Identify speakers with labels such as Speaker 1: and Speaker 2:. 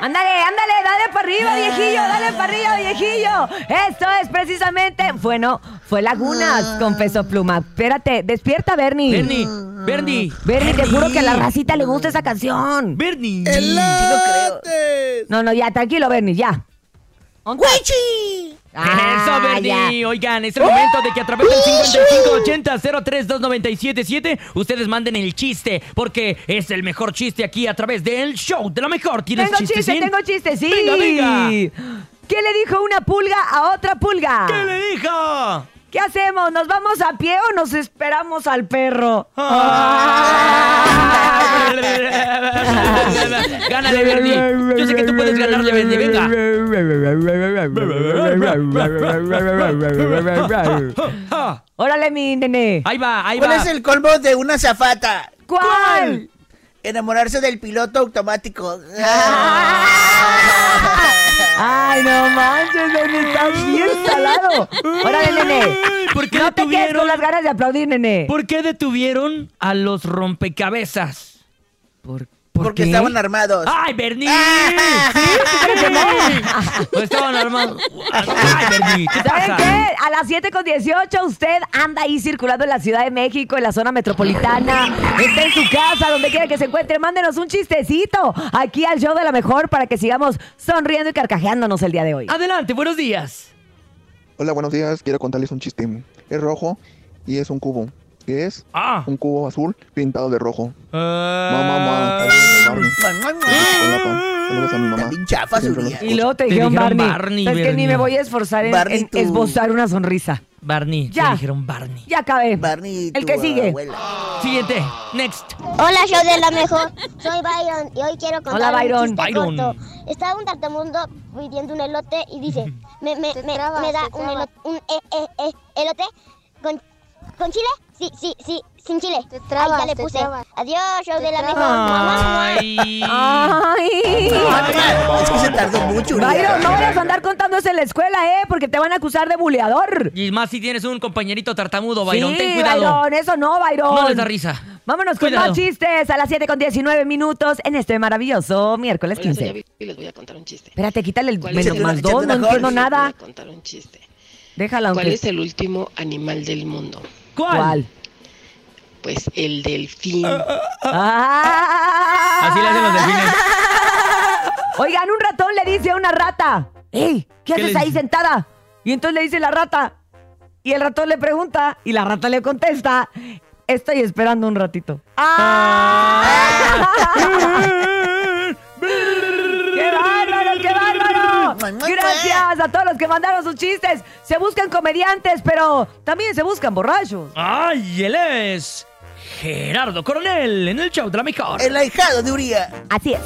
Speaker 1: Ándale, ándale, dale para arriba, viejillo, dale para arriba, viejillo. Esto es precisamente, bueno, fue Lagunas con peso pluma. Espérate, despierta, Bernie.
Speaker 2: Bernie, Bernie.
Speaker 1: Bernie, te juro que a la racita le gusta esa canción.
Speaker 2: Bernie.
Speaker 3: ¡Elotes!
Speaker 1: No, no, ya, tranquilo, Bernie, ya.
Speaker 3: ¡Wichi!
Speaker 1: Ah,
Speaker 2: Eso, Bernie. Oigan, es el momento de que a través del 5580-032977 ustedes manden el chiste, porque es el mejor chiste aquí a través del show de la mejor. ¿Tienes
Speaker 1: Tengo chiste,
Speaker 2: chistecín?
Speaker 1: tengo chiste, sí.
Speaker 2: Venga, venga.
Speaker 1: ¿Qué le dijo una pulga a otra pulga?
Speaker 2: ¿Qué le dijo?
Speaker 1: ¿Qué hacemos? ¿Nos vamos a pie o nos esperamos al perro? Ah.
Speaker 2: Ah. Gánale, Bernie. Yo sé que tú puedes ganarle, Bernie. Venga. Ah,
Speaker 1: Órale, mi nene.
Speaker 2: Ahí va, ahí
Speaker 3: ¿Cuál
Speaker 2: va.
Speaker 3: es el colmo de una zafata?
Speaker 1: ¿Cuál?
Speaker 3: Enamorarse del piloto automático.
Speaker 1: Ay, no manches, nene, está bien salado. Órale, nene.
Speaker 2: Ay, ¿Por qué
Speaker 1: No te quedes con
Speaker 2: detuvieron?
Speaker 1: las ganas de aplaudir, nene.
Speaker 2: ¿Por qué detuvieron a los rompecabezas?
Speaker 1: ¿Por, Ah.
Speaker 3: Porque estaban armados.
Speaker 2: ¡Ay, Bernie!
Speaker 1: ¿Saben
Speaker 2: Pues estaban armados. ¡Ay, Bernie! ¿Qué pasa?
Speaker 1: qué? A las 7 con 18 usted anda ahí circulando en la Ciudad de México, en la zona metropolitana, está en su casa, donde quiera que se encuentre, mándenos un chistecito aquí al show de la mejor para que sigamos sonriendo y carcajeándonos el día de hoy.
Speaker 2: Adelante, buenos días.
Speaker 4: Hola, buenos días. Quiero contarles un chiste. Es rojo y es un cubo. ¿Qué es?
Speaker 2: Ah.
Speaker 4: Un cubo azul pintado de rojo. Mamá,
Speaker 2: Ah.
Speaker 4: mamá, saludos a Barney. Saludos a mi mamá.
Speaker 3: También chafa,
Speaker 4: Siempre los
Speaker 3: Zulia.
Speaker 1: Y luego te,
Speaker 2: Te
Speaker 1: dijeron
Speaker 2: dijeron
Speaker 1: Barney.
Speaker 2: Barney,
Speaker 1: ¿Sabes que
Speaker 2: Bernie.
Speaker 1: ni me voy a esforzar en,
Speaker 3: Barney,
Speaker 1: en
Speaker 3: tú.
Speaker 1: esbozar una sonrisa.
Speaker 2: Barney, te
Speaker 1: Ya.
Speaker 2: dijeron Barney.
Speaker 1: Ya acabé.
Speaker 3: Barney,
Speaker 1: El
Speaker 3: tu
Speaker 1: que sigue.
Speaker 3: abuela.
Speaker 2: Siguiente, next.
Speaker 5: Hola, yo de la mejor. Soy Byron y hoy quiero contar
Speaker 1: Hola, Byron.
Speaker 5: un chiste
Speaker 2: Byron.
Speaker 5: corto. Estaba un tartamundo pidiendo un elote y dice, me, me, me, me da un elote, un e, e, e- elote con, con chile, sí, sí, sí, sin chile. Te Ahí ya le puse. Adiós, yo de la mejor. Mamá.
Speaker 2: Ay.
Speaker 1: Ah. Ay.
Speaker 3: Es que se tardó mucho. Uriel.
Speaker 1: Byron, no vayas a andar contando eso en la escuela, ¿eh? Porque te van a acusar de buleador.
Speaker 2: Y más si tienes un compañerito tartamudo, Byron.
Speaker 1: sí,
Speaker 2: Ten cuidado.
Speaker 1: Byron, eso no, Byron.
Speaker 2: No les da risa.
Speaker 1: Vámonos
Speaker 2: Cuidado.
Speaker 1: con más chistes a las 7 con 19 minutos en este maravilloso miércoles
Speaker 6: Hola, soy
Speaker 1: 15.
Speaker 6: Abby y les voy a contar un chiste.
Speaker 1: Espérate, quítale el
Speaker 6: ¿Cuál
Speaker 3: es
Speaker 1: menos
Speaker 3: el-
Speaker 1: más dos,
Speaker 3: échate
Speaker 1: no
Speaker 3: una
Speaker 1: entiendo
Speaker 3: gol.
Speaker 6: Les voy
Speaker 1: nada.
Speaker 6: a contar un chiste.
Speaker 1: Déjala,
Speaker 6: ¿Cuál
Speaker 1: aunque.
Speaker 6: es el último animal del mundo?
Speaker 2: ¿Cuál?
Speaker 1: ¿Cuál?
Speaker 6: Pues el delfín.
Speaker 1: Ah.
Speaker 2: Así le hacen los delfines.
Speaker 1: Oigan, un ratón le dice a una rata, ¡Ey! ¿Qué,
Speaker 2: ¿Qué le
Speaker 1: haces ahí
Speaker 2: dice?
Speaker 1: sentada? Y entonces le dice la rata, y el ratón le pregunta, y la rata le contesta, estoy esperando un ratito.
Speaker 2: Ah.
Speaker 1: Ah. ¡Qué bárbaro, qué bárbaro! Gracias a todos los que mandaron sus chistes. Se buscan comediantes, pero también se buscan borrachos.
Speaker 2: Ay, él es Gerardo Coronel en el show de la mejor.
Speaker 3: El ahijado de Uriah.
Speaker 1: Así es.